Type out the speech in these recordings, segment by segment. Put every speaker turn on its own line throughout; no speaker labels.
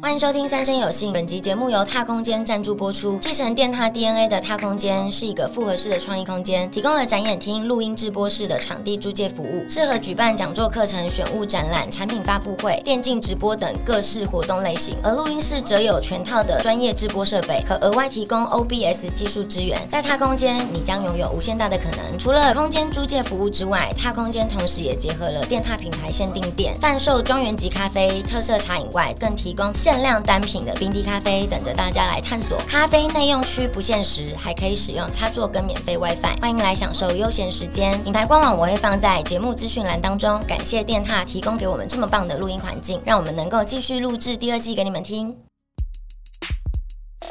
欢迎收听《三生有幸》，本集节目由踏空间赞助播出。继承电踏 DNA 的踏空间是一个复合式的创意空间，提供了展演厅、录音、直播室的场地租借服务，适合举办讲座课程、选物展览、产品发布会、电竞直播等各式活动类型。而录音室则有全套的专业制播设备，可额外提供 OBS 技术支援。在踏空间，你将拥有无限大的可能。除了空间租借服务之外，踏空间同时也结合了电踏品牌限定店，贩售庄园级咖啡、特色茶饮外，更提供限量单品的冰滴咖啡，等着大家来探索。咖啡内用区不限时，还可以使用插座跟免费 WiFi，欢迎来享受悠闲时间。品牌官网我会放在节目资讯栏当中。感谢电踏提供给我们这么棒的录音环境，让我们能够继续录制第二季给你们听。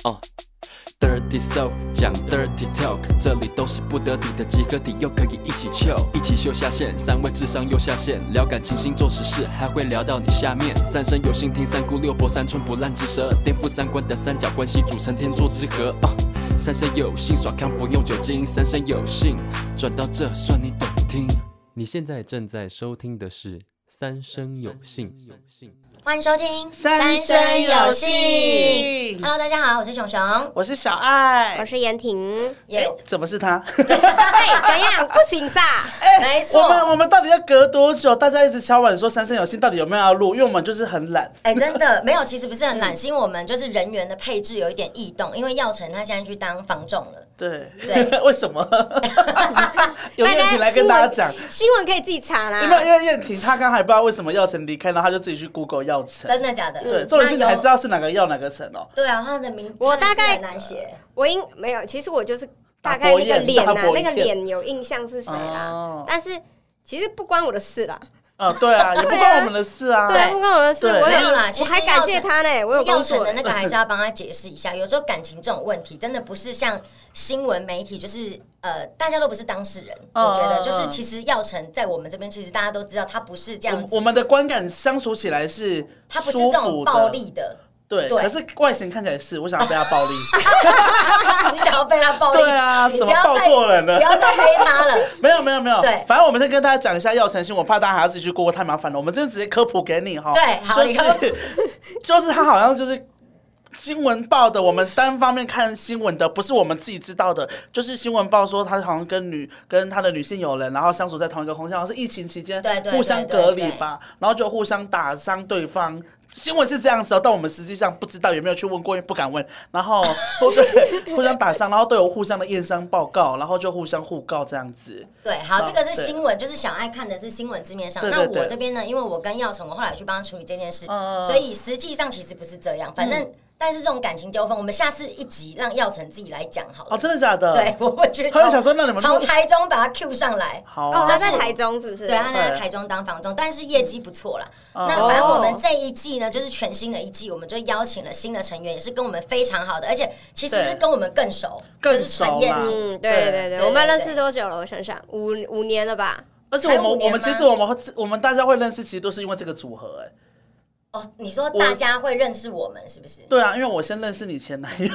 哦、Dirty Soul 讲 Dirty Talk，这里都是不得体的集合体，又可以一起 chill，一起秀下限，三位智商又下线，聊感情、星座、时事，还会聊到你下面。三生有幸听三姑六婆，三寸不烂之舌，颠覆三观的三角关系组成天作之合。哦、三生有幸耍康不用酒精，三生有幸转到这算你懂听。你现在正在收听的是《三生有幸》。
欢迎收听《Hello，大家好，我是熊熊。
我是小
我
爱。
是严婷。
也、
怎么是他？ 哎
哎，怎样？不行噻！
没
我
错，
们我们到底要隔多久？大家一直敲碗说《三生有幸》到底有没有要录？因为我们就是很懒。
哎、真的没有，其实不是很懒，是因为我们就是人员的配置有一点异动，因为耀成他现在去当房仲了。
对，
对
为 什么？由燕婷来跟大家讲，
新闻可以自己查
因为
啦。
因为燕婷她刚还不知道为什么药城离开，然后她就自己去 Google 药城。
真的假的？
对，重点是你
那有
还知道是哪个药哪个城哦。
对啊，他的名
我大概
他的字很难写，
我应没有，其实我就是
打
大概那
国
个
宴
脸
大
呐、
国
那个
宴
脸有印象是谁啦
哦。
但是其实不关我的事啦，
啊，对啊，也不关我们的事啊。
对，不关我的事。
对
我
没有啦其
我
实
还感谢他呢，我有
药
工
成
作
欸
的。那个还是要帮他解释一下。有时候感情这种问题，真的不是像新闻媒体，就是呃，大家都不是当事人。
嗯
我觉得
嗯
就是，
嗯
其实药成在我们这边，其实大家都知道他不是这
我
样
们
子，
我们的观感相处起来是
他不是
舒
这种
服的
暴，力的。
对，
对
可是外形看起来是，我想要被他暴力。
你想要被他暴力？
对啊
你
怎
不
么
要
抱
再
错人了
不要再黑他了。
没有没有没有，
对
反正我们先跟大家讲一下药成心，我怕大家还要自己去 Google 太麻烦了，我们这边直接科普给你哈。
对好你科
就是 就是他好像就是。新闻报的，我们单方面看新闻的，不是我们自己知道的，就是新闻报说他好像跟女跟他的女性友人，然后相处在同一个空间，好像是疫情期间
对对
互相
对对
隔离
对
吧，然后就互相打伤对方。新闻是这样子哦，但我们实际上不知道有没有去问过，也不敢问。然 后对互相打伤，然后都有互相的验伤报告，然后就互相互告这样子。
对，好，
好
这个是
对
新闻，就是小爱看的是新闻字面上。
对
那
对对
我这边呢，因为我跟耀成，我后来去帮他处理这件事，
嗯嗯嗯嗯
所以实际上其实不是这样。反正，但是这种感情纠纷，我们下次一集让耀成自己来讲好了。
哦，真的假的？
对，， 我会去
他就想
从
说，那你们
从台中把他 Q 上来。
好
哦，
啊
他在台中是不是？
对，他在
对
台中当房仲，但是业绩不错啦。
嗯
那反正我们这一季呢，就是全新的一季，我们就邀请了新的成员，也是跟我们非常好的，而且其实是
对
跟我们更熟，
更
就是陈
熟
燕
啦
婷。
嗯，
对
对
对
对对
对
我
对
们认识多久了？我想想，五五年了吧？
而且
还有
我
五
们我
年
们
吗
其实我们会我们大家会认识，其实都是因为这个组合哎、
哦，你说
我
大家会认识我们是不是？
对啊，因为我先认识你前男友，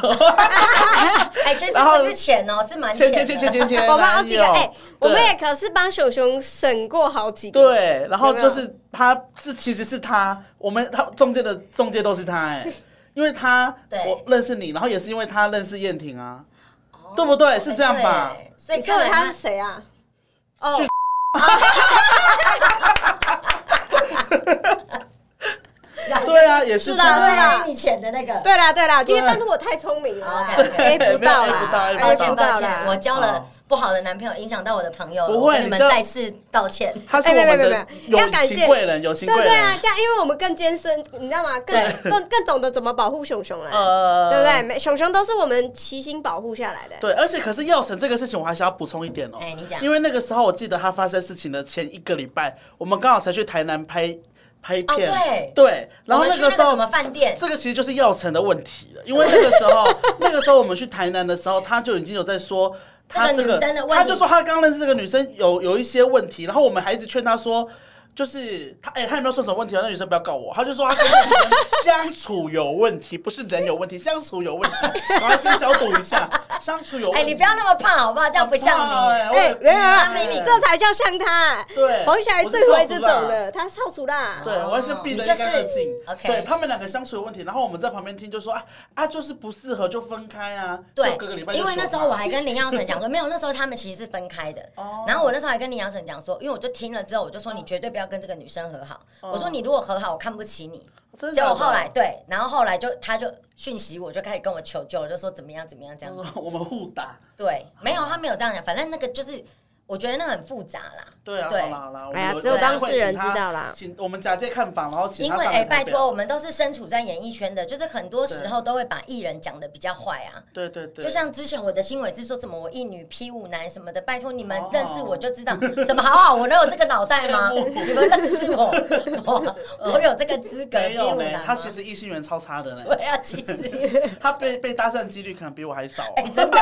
哎、其实
然后
不是钱哦、是蛮
前
浅
前
的。
前前前前男友，
我们好几个哎、我们
对
也可是帮熊熊审过好几个。
对，然后
有没
就
有
是他是其实是他，我们他中介的中介都是他哎、因为他
对
我认识你，然后也是因为他认识燕婷啊，
哦
对不对是这样吧
哎对所以
你说的
看
他
来
是谁啊？哦，
他，
对啊，也是
是
他
啦
就是
是啦
给你钱的那个。
对啦对啦，今天
对哦
但是我太聪明了啦，
OK，OK
不到啦，
没有
抱
A 不到 A 不到
歉
知
抱
到
歉
啦，
我交了不好的男朋友，影响到我的朋友了，
哦不
我
会
跟你们
你这样
再次道歉。
他是
哎
我
没有
们
没有
的
没有要
友
感谢
情贵人，友情
对
贵
对啊
人，，
这样因为我们更艰深，你知道吗？更更更懂得怎么保护熊熊了，
呃
对不对？？没熊熊都是我们齐心保护下来的。
对，而且可是药神这个事情，我还想要补充一点哦、
哎你讲
因为那个时候我记得他发生事情的前一个礼拜，我们刚好才去台南拍拍片，
哦对
然后
我们
那
去那
时候
什么饭店，
这个其实就是药城的问题了，因为那个 时候，那个时候我们去台南的时候，他就已经有在说他
这个女生的问题
他就说他刚认识这个女生有有一些问题，然后我们还一直劝他说。就是他，哎、他也没有说什么问题啊，那女生不要告我，他就说他跟那女生相处有问题，不是人有问题，相处有 问题，然后先小赌一下，相处有问
哎，
题。
你不要那么胖好不好？这样不像
好
你。
怕
哎、
哎，
没有
他
啊
没你，
这才叫像他、
对，
黄小
我
鱼
是
最会
超
这
熟
种
啦。
了，他超熟啦。
对，我是闭
你
着一
就
干
是
二净。
哦 OK
对他们两个相处有问题，然后我们在旁边听就说啊啊，就是不适合就分开啊。
对
就隔个礼拜，就啊
因为
修
那时候
好
我还跟林耀成讲说，没有，那时候他们其实是分开的。
哦
然后我那时候还跟林耀成讲说，因为我就听了之后，我就说你绝对不要跟这个女生和好。
哦
我说你如果和好，我看不起你。
真
结
的哦假
果
的
后来对，然后后来就他就讯息我，就开始跟我求救，我就说怎么样怎么样这
他
样子。
说 我们互打，
对，没有他没有这样讲，反正那个就是我觉得那很复杂啦。
对啊，
对
好啦好啦，我们
哎呀
有
只有
机会
当事人
请他
知道啦
请我们假借看房，然后请
因
他
为
上
哎、
来
拜
代
托，
表。
我们都是身处在演艺圈的，就是很多时候都会把艺人讲的比较坏啊。
对对对，
就像之前我的新闻是说什么我一女劈五男什么的，拜托你们
哦
认识我就知道什么好好，我能有这个脑袋 吗？
羡慕
你们认识我，我 我有这个资格
没
劈
有
五
嘞
男，
他
吗？啊
其实异性缘超差的嘞
我，要气死！
他被被搭讪几率可能比我还少哦。
哎、真 的，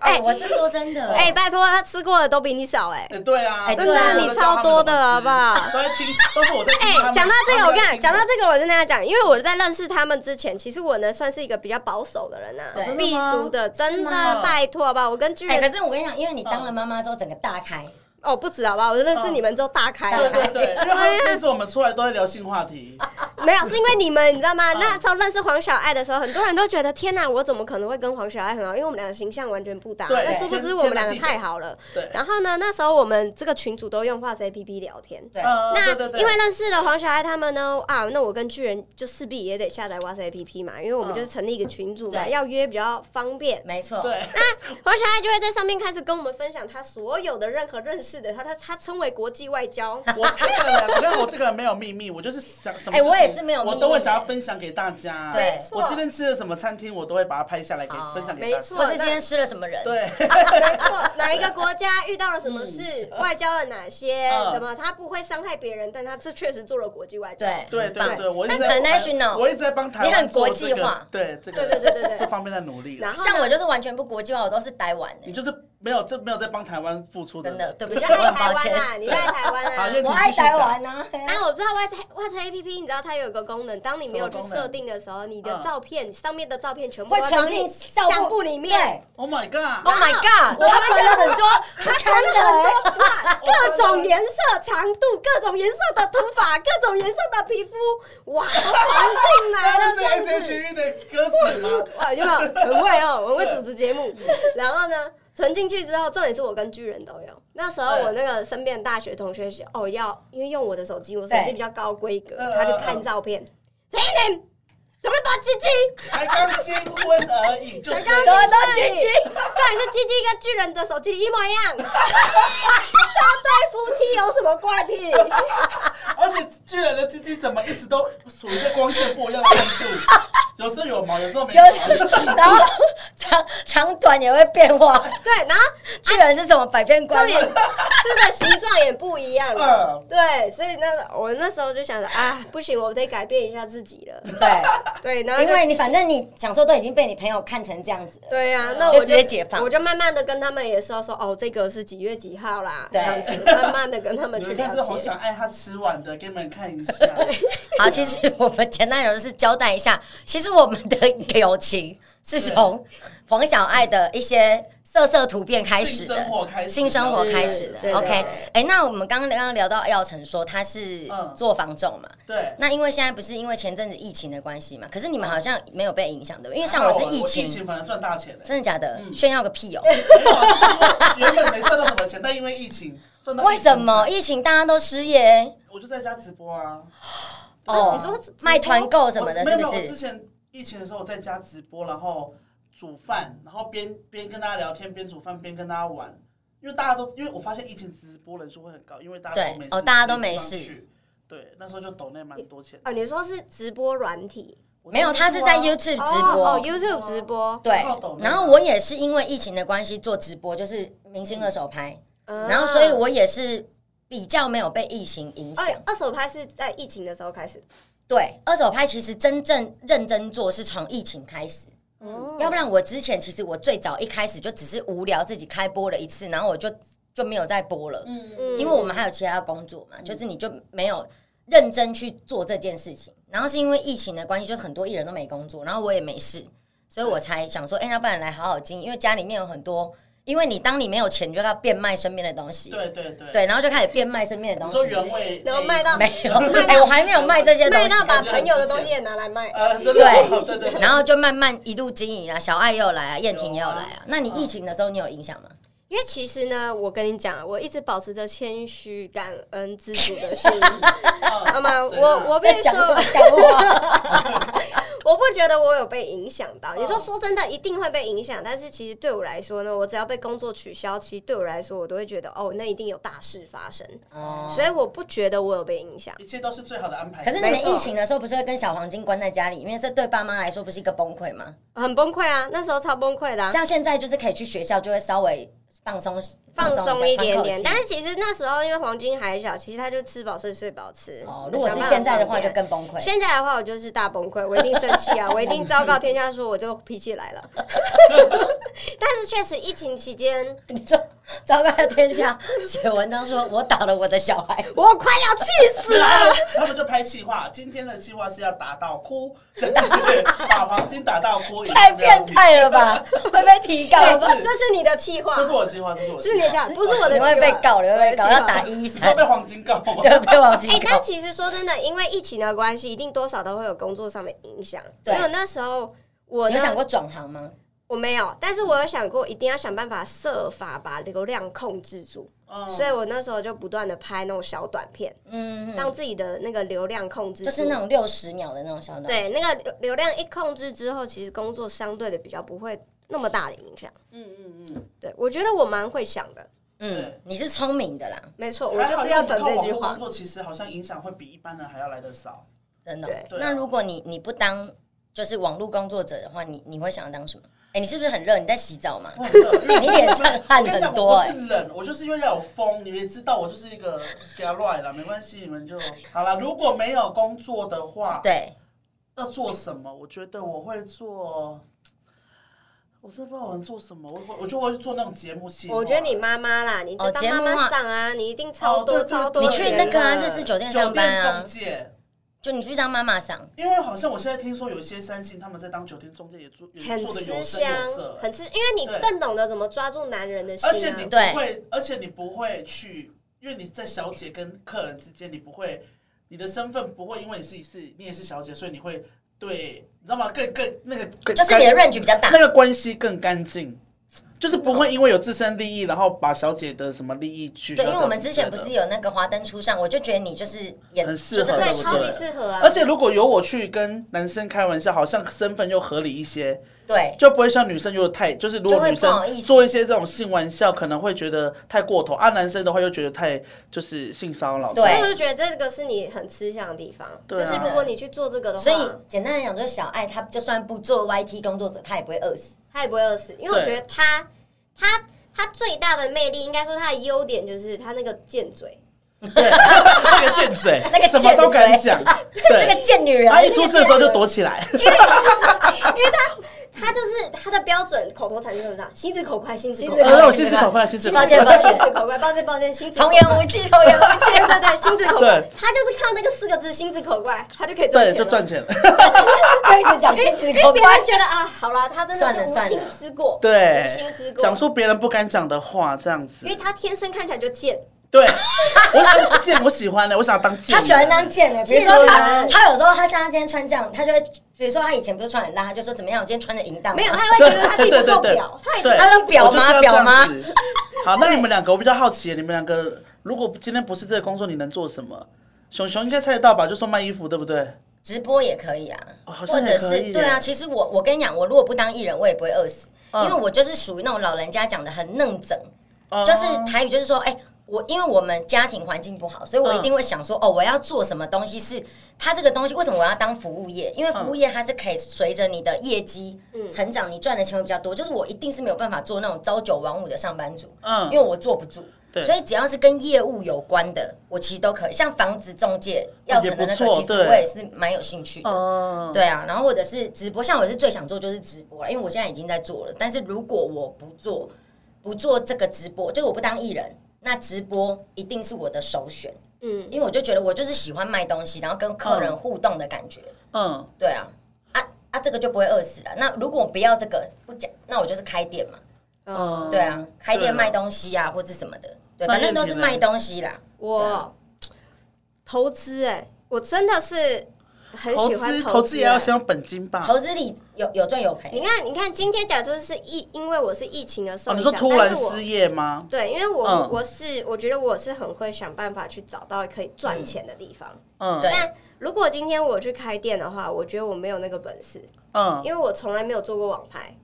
哎、我是说真的，
哎、拜托，他吃过的都比你少哎、
哎对啊，
哎
真
对啊
的，你超多的好不好？
都在听，都是我在听
哎、
他们。
讲到这个，
他
我
们
跟你
在听
讲，讲
我
到这个，我就跟他讲，因为我在认识他们之前，其实我呢算是一个比较保守的人呐、啊
对
避俗的，真
吗
的，拜托吧，我跟巨
哎、
人、
可是我跟你讲，因为你当了妈妈之后，整个大开，
哦不止好不好，我认识你们之后大开
对
了，
对对，因为他们那时候我们出来都在聊性话题，
哎没有是因为你们，你知道吗？
嗯
那时候认识黄小爱的时候，很多人都觉得天哪，我怎么可能会跟黄小爱很好？因为我们两个形象完全不搭。
对
那殊不知我们两个太好了。
对，
然后呢，那时候我们这个群组都用话 APP 聊天。
哦对，
嗯
那
对对对，
因为认识了黄小爱他们呢，啊，那我跟巨人就势必也得下载 WhatsApp APP 嘛，因为我们
嗯
就是成立一个群组嘛，
对
要约比较方便。
没错，
对，
黄小爱就会在上面开始跟我们分享他所有的任何认识的，他他他称为国际 外交。
我这个人，我跟我这个人没有秘密，我就是想什么
哎
事情，
我也是没有秘密
我都会想要分享给大家。
对
没错
我今天吃了什么餐厅，我都会把它拍下来给
哦
分享给大
没
家。
错
或是今天吃了什么人，
对，
没错，哪一个国家遇到了什么事，
嗯
外交了哪些，
嗯
怎么他不会伤害别人，但他这确实做了国际外交。
对
对
很棒
对对，我一直
但
在
international，
我一直在帮台
你很
湾做
国际
这个
化
对这
对
个
对对对
这
对。
方面的努力了。
然后呢
像我就是完全不国际化，我都是台湾、欸，
你就是没有这没有在帮台湾付出
真的，对不
你
起，
爱
我很
台
抱
湾
歉，
啊，你爱台湾
好
啊。
认
我
真
爱
继续
台
讲
湾啊，嘿啊
然后我不知道 WhatsApp WhatsApp APP，你知道它有一个功能，当你没有
什
去
么功能
设定的时候，你的
嗯
照片上面的照片全部
会
都会
存
帮你
进
相簿里面，
Oh my god！
Oh my god！
我
他传了很多，他传了很多，
各种颜色、长度、各种颜色的头发、各种颜色的皮肤，哇， 都传进来了
那
这
是
样
S
子
H。E 的歌词吗？
哇，有没有很会哦，我很会主持节目。 然后呢，存进去之后，重点是我跟巨人都有。那时候我那个身边的大学同学是哦要，因为用我的手机，我手
对
机比较高规格，
嗯
他就看照片，谁能怎么多鸡鸡？
才刚新婚而已，就这
刚
什么
样。
都亲亲。
重点是鸡鸡跟巨人的手机一模一样，这对夫妻有什么怪癖？
而且巨人的鸡鸡怎么一直都处于在光线不一样的温度？有时候有毛，有时候没毛
有。时候，然后长长短也会变化。
对，然后
巨人是什么百变怪
重
吗
点？吃的形状也不 一样。
嗯
对，所以那个我那时候就想着啊，不行，我得改变一下自己了。
对，
对，然后
因
就
为你反正你想说都已经被你朋友看成这样子了，
对呀、那
就
我
直接解放
我就慢慢的跟他们也说说，哦，这个是几月几号啦，这
对
样子，慢慢的跟他们
你
去
们看这
了
好
解。
想爱他吃完的，给你们看一 下。
好，其实我们简单有的是交代一下， 其实我们的友情是从黄小爱的一些色色图片开始
性
的
生活开。始
性生活开始
对
的
对
OK，
对
哎、那我们刚刚刚聊到耀成说他是
嗯
做房仲嘛，
对，
那因为现在不是因为前阵子疫情的关系嘛，可是你们好像没有被影响对不对？因为
因
像我是
疫
疫情，
情反而赚大钱嘞。
真的假的？
嗯
炫耀个屁哦！
没有是因为原本没赚到什么钱，但因为疫情赚到。
为什么？疫情大家都失业？
我就在家直播啊。
哦，
你说直播
卖团购什么的，
哦我没
是
有
不
没有我之
是？
前疫情的时候，我在家直播，然后煮饭，然后边边跟大家聊天，边煮饭，边跟大家玩。因为大家都，因为我发现疫情直播人数会很高，因为大家
对
都没事
哦大家都
没地方
没事
去。对，那时候就抖那蛮多钱。
哦，你说是直播软体，
我
没有，他是在 YouTube 直
哦
播。
哦，YouTube 直播，
对
靠抖，内啊
然后我也是因为疫情的关系做直播，就是明星二手拍，
嗯
然后所以我也是比较没有被疫情影响
二。二手拍是在疫情的时候开始，
对，二手拍其实真正认真做是从疫情开始，
哦
嗯要不然我之前其实我最早一开始就只是无聊自己开播了一次，然后我就就没有再播了，
嗯，
嗯
因为我们还有其他的工作嘛，就是你就没有认真去做这件事情。然后是因为疫情的关系，就是很多艺人都没工作，然后我也没事，所以我才想说，哎、要不然来好好经营，因为家里面有很多，因为你当你没有钱，你就要变卖身边的东西，
对对对，
对，然后就开始变卖身边的
你
东
说
西，
原味，
然后卖到
没有， 哎、我还没有卖这些东
卖
西，
到把朋友的东西也拿来卖，
呃，真的
对
对 对，
然后就慢慢一路经营啊，小爱也有来啊，燕婷也有来啊。那你疫情的时候，你有影响吗？
因为其实呢，我跟你讲，啊我一直保持着谦虚、感恩、知足的心，好吗？
真的
我我跟你
讲什么
说，
干 话？
我不觉得我有被影响到。
嗯
你说说真的，一定会被影响，但是其实对我来说呢，我只要被工作取消，其实对我来说，我都会觉得哦，那一定有大事发生，
哦，
所以我不觉得我有被影响。
一切都是最好的安排。
可是你
没
们
错
疫情的时候，不是会跟小黄金关在家里？因为这对爸妈来说不是一个崩溃吗？
很崩溃啊，那时候超崩溃的、啊，
像现在就是可以去学校，就会稍微放松
放松一点点。
下喘
但
口气
是其实那时候因为黄金还小，其实他就吃饱睡，睡饱吃。
哦，如果是现在的话，就
更。
更崩溃。
现在的话，我就是大崩溃，我一定生 气啊，我一定昭告天下说我这个脾气来了。但是确实，疫情期间
你说昭告 天下，写文章说我打了我的小孩，
我快要气死了。
然后 他们就拍气话，今天的气话是要打到哭， 真的是把黄金打到哭，
太变态了吧？ 会被提告
这
吧？
是这是你的气话
这，是我的计划，这是我的计
是
划
你的气话，不是我的
哎你
气话。
会被告，你会被告，
我的计划
要打一
你 说
三
被，黄金告吗？
对，被网
哎、
警告
但。其实说真的，因为疫情的关系，一定多少都会有工作上面影响。所
对
以我那时候我
你有
呢，
想过转行吗？
我没有，但是我有想过，一定要想办法设法把流量控制住。
嗯
所以我那时候就不断的拍那种小短片，
嗯，
让自己的那个流量控制
就
住，
是
哦
那种六十秒的那种小脑。，
对，那个流流量一控制之后，其实工作相对的比较不会那么大的影响。
嗯嗯嗯，
对我觉得我蛮会想的，
嗯
对，
你是聪明的啦，
没错，我就是要等这
还好因
句
为你靠网络
话
工。作其实好像影响会比一般人还要来的少。
真的
对。
对啊
那如果你你不当就是网络工作者的话，你你会想要当什么？哎，你是不是很热？你在洗澡吗？
我很热因为
你脸上汗很多
我
哎
跟你讲我不是冷，我就是因为要有风，你们也知道我就是一个 g a l y 了，没关系，你们就好了。如果没有工作的话，
对，
要做什么？我觉得我会做，我真的不知道我能做什么。我我我觉得我会做那种节目系列。
我觉得你妈妈啦，你就
哦
当
节目
妈妈
化
上啊，你一定超多
哦对对
超多
你
人
去
的。
那个啊
对
日式酒店
酒
上班
店
啊
中，介，
就你去当妈妈桑。
因为好像我现在听说有一些三星他们在当酒店中介也做，也
很
做的
吃
有声
香
有，色。
很吃，因为你
对
更懂得怎么抓住男人的心
而且你
啊。
不会，而且你不会去，因为你在小姐跟客人之间，你不会，你的身份不会，因为你自己是你也是小姐，所以你会对，你知道吗？更更那个更
就是你的 range 比较大
那，个关系更干净。就是不会因为有自身利益，然后把小姐的什么利益取消
对，
掉。
因为我们之前不是
什么之类的，
有那个华灯初上，我就觉得你就是演，
很
就
适合
是
对
对，
不
超级
对
适合啊
而！且如果有我去跟男生开玩笑，好像身份又合理一些，
对，
就不会像女生又太，就是如
就
果
会
女
不好意
生
思
做一些这种性玩笑，可能会觉得太过头啊，男生的话又觉得太就是性骚扰。
对
所以我就觉得这个是你很吃香的地方，就
对啊
是如果你去做这个的
所以
话，
简单来讲，就是小爱她就算不做 YT 工作者，她也不会饿死。
他也不会饿死，因为我觉得他他他最大的魅力，应该说他的优点就是他那个 贱嘴，
对，那个贱嘴，
那个
什么都 敢讲，
这个
对，
贱女人，
他一出事的时候就躲起来，
他就是他的标准口头禅就是这样，心直口快，心直
心
口
直口
快，
让我心直口快，心直口
抱
快，
歉抱
心
歉
直口快，抱歉抱歉，心直口
童
快。
言无忌，童言无忌。
对对对，心直口快
对，
他就是靠那个四个字“心直口快”，他就可以赚
对，
钱，哎
就赚。钱了，
就一直讲心直口
别
快
人。觉得啊，好啦，他真
算
的
了
是无
算
心
了
之过，
对
无心之，过，
讲出别人不敢讲的话，这样子
因为，他天生看起来就贱，
对， 我贱，我喜欢的，我想要当贱，
他喜欢当。贱的， 比如
啊
贱
说
人
他，他有时候他像他今天穿这样，他就会，比如说他以前不是穿很辣，他就说怎么样，我今天穿的淫荡。
没有，他会觉得他自己不够表，他也觉
对，
得
他当表妈
我就是要这样子
表。
好，那你们两个，我比较好奇，你们两个如果今天不是这个工作，你能做什么？熊熊应该猜得到吧？就说卖衣服，对不对？
直播也可以啊，
哦好
或
像
者
也可以
是
耶
对啊。其实我我跟你讲，我如果不当艺人，我也不会饿死，
嗯
因为我就是属于那种老人家讲的很嫩整，
哦
就是台语就是说，哎、我因为我们家庭环境不好，所以
嗯
我一定会想说，哦，我要做什么东西是它这个东西，为什么我要当服务业？因为
嗯
服务业它是可以随着你的业绩成长，你赚的钱会比较多。就是我一定是没有办法做那种朝九晚五的上班族，因
嗯，
为我坐不住。
对
所以只要是跟业务有关的，我其实都可以。像房子中介要成的那
哦也
个，
不错
其实
对
我也是蛮有兴趣的。
哦，
对啊，然后或者是直播，像我是最想做就是直播了，因为我现在已经在做了。但是如果我不做，不做这个直播，就是我不当艺人，那直播一定是我的首选，
嗯，
因为我就觉得我就是喜欢卖东西，然后跟客人
嗯
互动的感觉。
嗯，
对啊，啊啊，这个就不会饿死了。那如果不要这个不讲，那我就是开店嘛。
嗯
对啊，开
对
店
啊
卖东西啊，或是什么的，对，
那
反正
燕
都是
婷呢
卖东西啦。
我投资哎、我真的是很
投
喜欢
资
投
投资也要
哎
先有本金吧？
投资理有有赚有赔，
你看，你看，今天假设是疫，因为我是疫情的受
哦，
影
你
响，
说突然
但是我
失业吗？
对，因为我、
嗯
我是我觉得我是很会想办法去找到可以赚钱的地方。
嗯，
对
但如果今天我去开店的话，我觉得我没有那个本事，
嗯，
因为我从来没有做过网拍。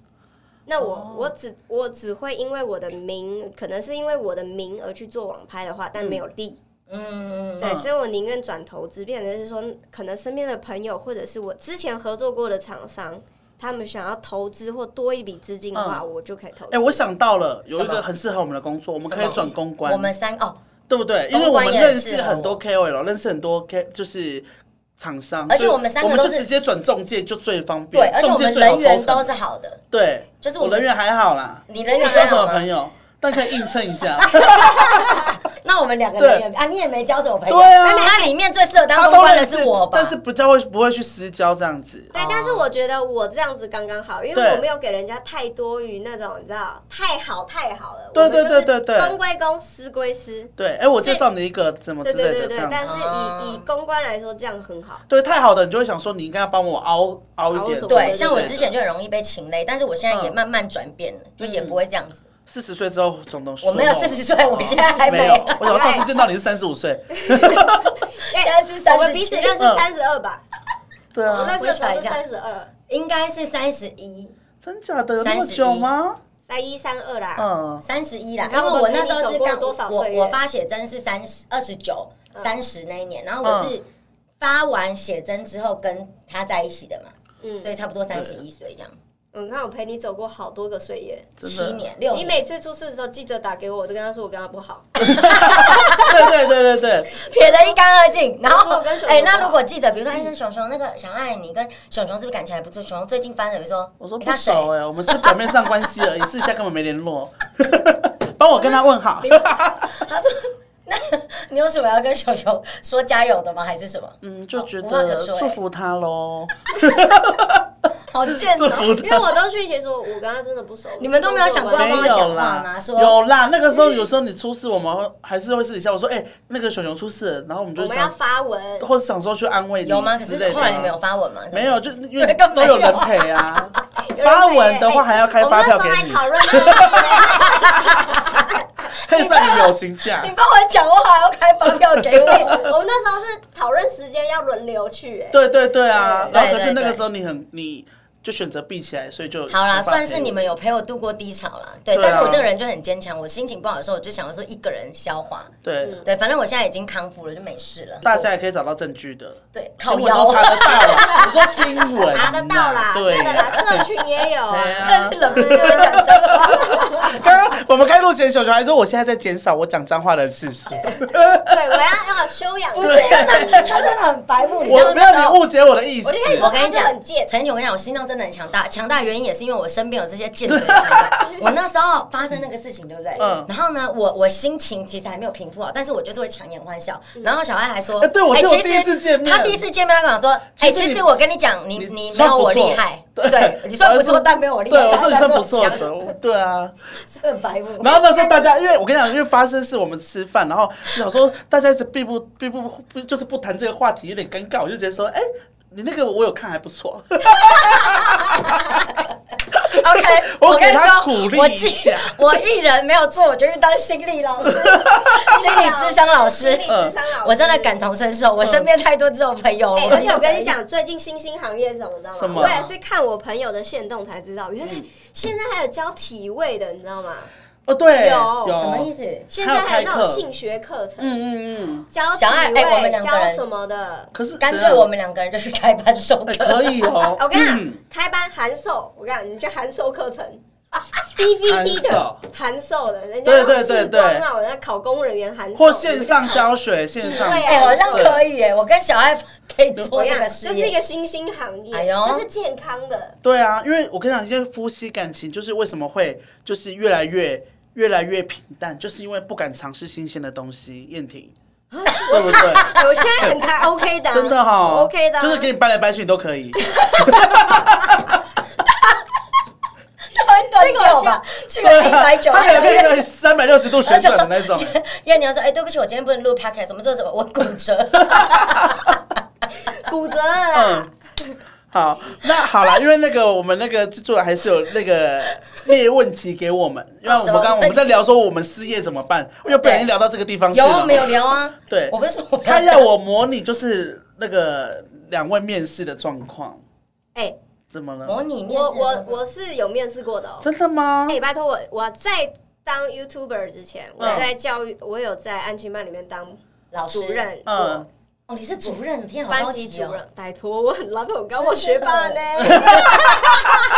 那我、
哦
我只我只会因为我的名，可能是因为我的名而去做网拍的话，但没有利。
嗯，
对，所以我宁愿转投资，变成是说，可能身边的朋友或者是我之前合作过的厂商，他们想要投资或多一笔资金的话，我就可以投资。
哎，我想到了，有一
什
个
么
很适合我们的工作，我们
什
可以
么
转公关。
我们三哦，
对不对？因为
公
我
关
们
也哦
认
适
识
合
很
我
多 KOL，认识很多 K 就是厂商，
而且
就
我们三个
我们
都
就是直接转中介就最方便，
对，而且我
中介
们
最好
人
收
员都
成
是好的，
对，
就是我
我
们
人缘还好啦，
你人
不
缘
交
还
什么
好
朋
吗？
友，但可以映衬 一下，
那我们两个
对
人缘啊，你也没交什么朋友，
对
那
啊
那里面最适合当
他
公
都
关的
认
是我吧？
但是不叫会不会去私交这样子，
对
哦，
但是我觉得我这样子刚刚好，因为
对
我没有给人家太多于那种你知道太好太好了。
对
我
对
们就是
对对对
公归公，私归私。
对，哎，我
所
介
以
绍你一个怎么
对
之
对
类
对
的这
对，
样
但
子
是。
哦
以以公关来说，这样很好。
对，太好的你就会想说，你应该要帮我凹凹一
凹
点
什
什
么
么之类的。
的
对，像我之前就很容易被情累，但是我现在也
嗯
慢慢转变了，就也不会这样子。
四十岁之后，总能
我没有四十岁，我现在还
哦没
没
有。我想上次见到你是三十 五岁，
哎
现在是37
我们彼此认识
嗯
三十二吧，
对
我
啊，
认识的时候
嗯我
是
想
三十二，
应该是三十一，
真假的有那么
31
久吗？
三一三二啦。
嗯，
三十一啦，
你
因
看
为
我
我
们
那时候
陪你
是
走过了
刚
多少
我
岁月
我发写真是三十二十九
嗯
三十那一年，然后我
嗯
是发完写真之后跟他在一起的嘛，
嗯
所以差不多三十一岁这样，
我看我陪嗯你走过好多个岁月，
真
七
的
年六
你
年，
每次出事的时候，记者打给我，我都跟他说我跟他 不好。
对对对对对，
撇得一干二净。然
我
后
跟熊熊
哎，
不好
那如果记者比如说哎，那熊熊那个想爱你跟熊熊是不是感情还不错？熊熊最近翻了，比如说
我说
哎
不
他谁
熟哎、我们只是表面上关系而已，私下根本没联络。 帮我跟他问好，
他说：“那你有什么要跟熊熊说加油的吗？还是什么？
嗯，就觉
无话可
得
说哎
祝福他喽，
好贱
祝福
哦！
因为
他。
我都讯息说，我跟他真的不熟。
你们都没有想过要
没
帮他讲话
有
吗
啦，
说
有啦。那个时候，有时候你出事，我们会还是会私底下我说，哎、那个熊熊出事了，然后我们
我
就
们要
想，
发文，
或者想说去安慰你
有吗？可
之
是
类的啊
后来你们有发文吗？
没有，就是因为
对 根本
都有人
没有
陪啊。
有人陪
发文的话
欸
哎
还要开
我
发
们那
票
时
给
候还
你，
讨论到
可以算你友情价
你。帮我讲话，我还要开发票给 我。
我们那时候是讨论时间要轮流去，哎，
对对对啊，
对
然后可
对
是那个
对
时候你很，你就选择闭起来，所以就
好啦，
无法
算
陪
是
我
你们有陪我度过低潮啦。对，
对啊
但是我这个人就很坚强，我心情不好的时候，我就想说一个人消化。
对。
嗯
对，反正我现在已经康复了，就没事了。
大家也可以找到证据的，
对，
新
靠
闻
腰
都查
啊，
得到啦。我说新闻
查得到啦，
对
真的啦，社群也有
对
啊
啊。
真的是忍不住要讲这个话。
刚刚我们开录前，小熊还说我现在在减少我讲脏话的次数。
对，我要要修养
不
自
是，
己。
他真的很白目，你知
我
道
没
那时
有
候
你误解我的意思
我。就开始说
我跟你
他就
讲
很，贱，
陈姐，我跟你讲，我心脏真的很强大，强大的原因也是因为我身边有这些健嘴的朋 友。我那时候发生那个事情，对不对？
嗯
然后呢，我我心情其实还没有平复好，但是我就是会强颜欢笑。然后小爱还说，
哎对我
哎
记得我
其实
第一次见面
他第一次见面，他跟我说，哎，
其实
其
你
实我跟你讲，你
你
你没
算
有
不
我
错
厉害，
对
对，你算不错，但没有我厉
对，
害。
我说你
但
算
没有
不
我
错
强
的，对啊。
是很白目。
然后那时候大家，因为我跟你讲，因为发生是我们吃饭，然后我想说大家一直避不避不不就是不谈这个话题，有点尴尬，我就直接说，哎，你那个我有看还不错，
OK，
我
跟
给
你
他鼓
说，
励
我
一
记
下
我艺人没有做，我就去当心理老 师、心理智商老师
心理。
嗯
智商老师，
我真的感。同身受，我身边太多这种朋友了
哎、。
就
而且我跟你，讲，最近新兴行业是什么，你知道吗？
什么嗯
我也是看我朋友的线动才知道，原来现在还有教体位的，你知道吗？
哦，对，
有啊
什么意
有，
思？
现在还
还
有那
有
种
开课
性学课程，
嗯嗯嗯。
教体
小爱
位、
哎我们两个
教
人
什么的。，
可是
干
怎
脆
样
我们两个人就去开班授
哎
课。
可以哦
我跟你讲，
嗯
开班函授，我跟你讲，你去函授课 程。DVD
函
的
授
函授的，人家
对对对对
那我在考公务人员函授
或线上教学，线上
对啊
哎，好像可以哎，我跟小爱可以
我
做
跟
这个
你讲，
实
这是一
验。
个新兴行业，
哎呦
这是健康的。
对啊，因为我跟你讲，现在夫妻感情就是为什么会就是越来越越来越平淡，就是因为不敢尝试新鲜的东西。燕婷，对
我
不对？
我现在很 开 OK 的啊，
真的哈、
我 OK 的啊，
就是给你掰来掰去你都可以。
会断掉吧？哦 去个一百九，
啊他可能可以让你三百六十度旋转的那种。
燕娘说：“哎，对不起，我今天不能录 podcast，什么时候什么我骨折。
骨折了啦。
嗯， 好，那好了，因为那个我们那个制作人还是有那个列问题给我们，
哦
因为我们刚刚我们在聊说我们失业怎么办，又不小心聊到这个地”方去
有啊
了。
没有聊啊？
对
我不是说我
他要我模拟就是那个两位面试的状况，
哎，
怎么了？
模拟面试
我我我是有面试过的哦。
真的吗？
哎，拜托我，我在当 YouTuber 之前，我
嗯
在教育，我有在安亲班里面当
老师
主任
嗯
过，，
哦，你是主任，天啊，好
班
高
级
级
主
哦，
任。拜托，我很老我刚我学
真的
霸呢。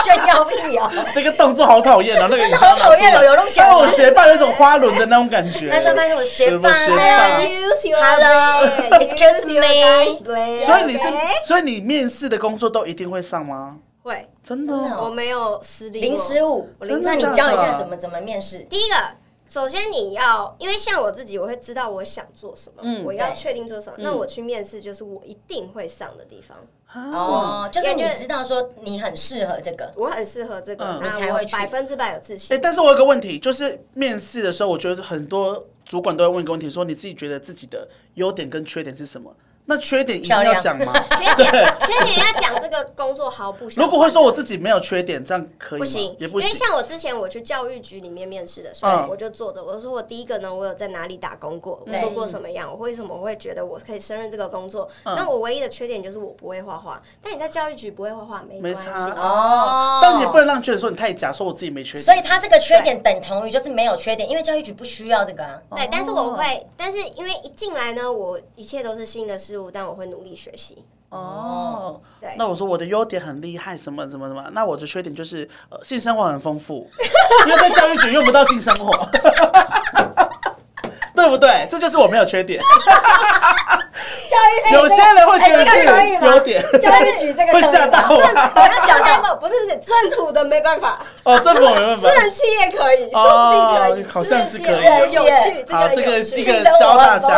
炫耀屁哦。
那个动作好讨厌哦，那 个影像
好讨厌哦，有东西
哦，我学霸有一种花轮的那种感觉。
那上班是我学霸哎
学霸
呢。
Use your
Hello,
brain, use
excuse
your
me
nice brain,
所以你是
okay？，
哎
所以你面试的工作都一定会上吗？
会，
真的哦？
真的哦
我没有实力过。
零失误，
我零失误
那你教一下怎么怎么面试？
第一个，首先你要，因为像我自己，我会知道我想做什么，
嗯
我要
对
确定做什么。
嗯
那我去面试，就是我一定会上的地方，
哦，就是你
感觉
知道说你很适合这个，
我很适合这个
嗯，
你
那
才
我
会去
百分之百有自
哎、
信。
但是我有个问题，就是面试的时候，我觉得很多主管都会问一个问题，说你自己觉得自己的优点跟缺点是什么？那缺点一定要讲吗？
缺点，缺点要讲这个工作毫不相关。
哎如果会说我自己没有缺点，这样可以吗？
不行，
也不
哦因为
行。
像我之前我去教育局里面面试的时候，
嗯
我就做的，我说我第一个呢，我有在哪里打工过，我
对
做过什么样，我为什么会觉得我可以胜任这个工作？
嗯
那我唯一的缺点就是我不会画画，但你在教育局不会画画没
没
关系，
差
哦
但是也不能让缺点说你太假，说我自己没缺
所
点。
以他这个缺点等同于就是没有缺点，因为教育局不需要这个啊。
哦
对，但是我会，但是因为一进来呢，我一切都是新的事物，但我会努力学习。
哦，
对
那我说我的优点很厉害，什么什么什么，那我的缺点就是呃性生活很丰富， 因为在教育局用不到性生活， 对不对？这就是我没有缺点。
教育
有些人会觉得
哎这个可以
是
吗
优点，
教育局这个可
会
以吗
吓到啊我。
我就想到，不是不是政府的没办法，
哦，这个我没办法
私。人企业可以，说不定可
哦
以，，
好像是可
私人
以。
企业很有趣，
好，这
这个
个
很
一
有趣。
个教大家，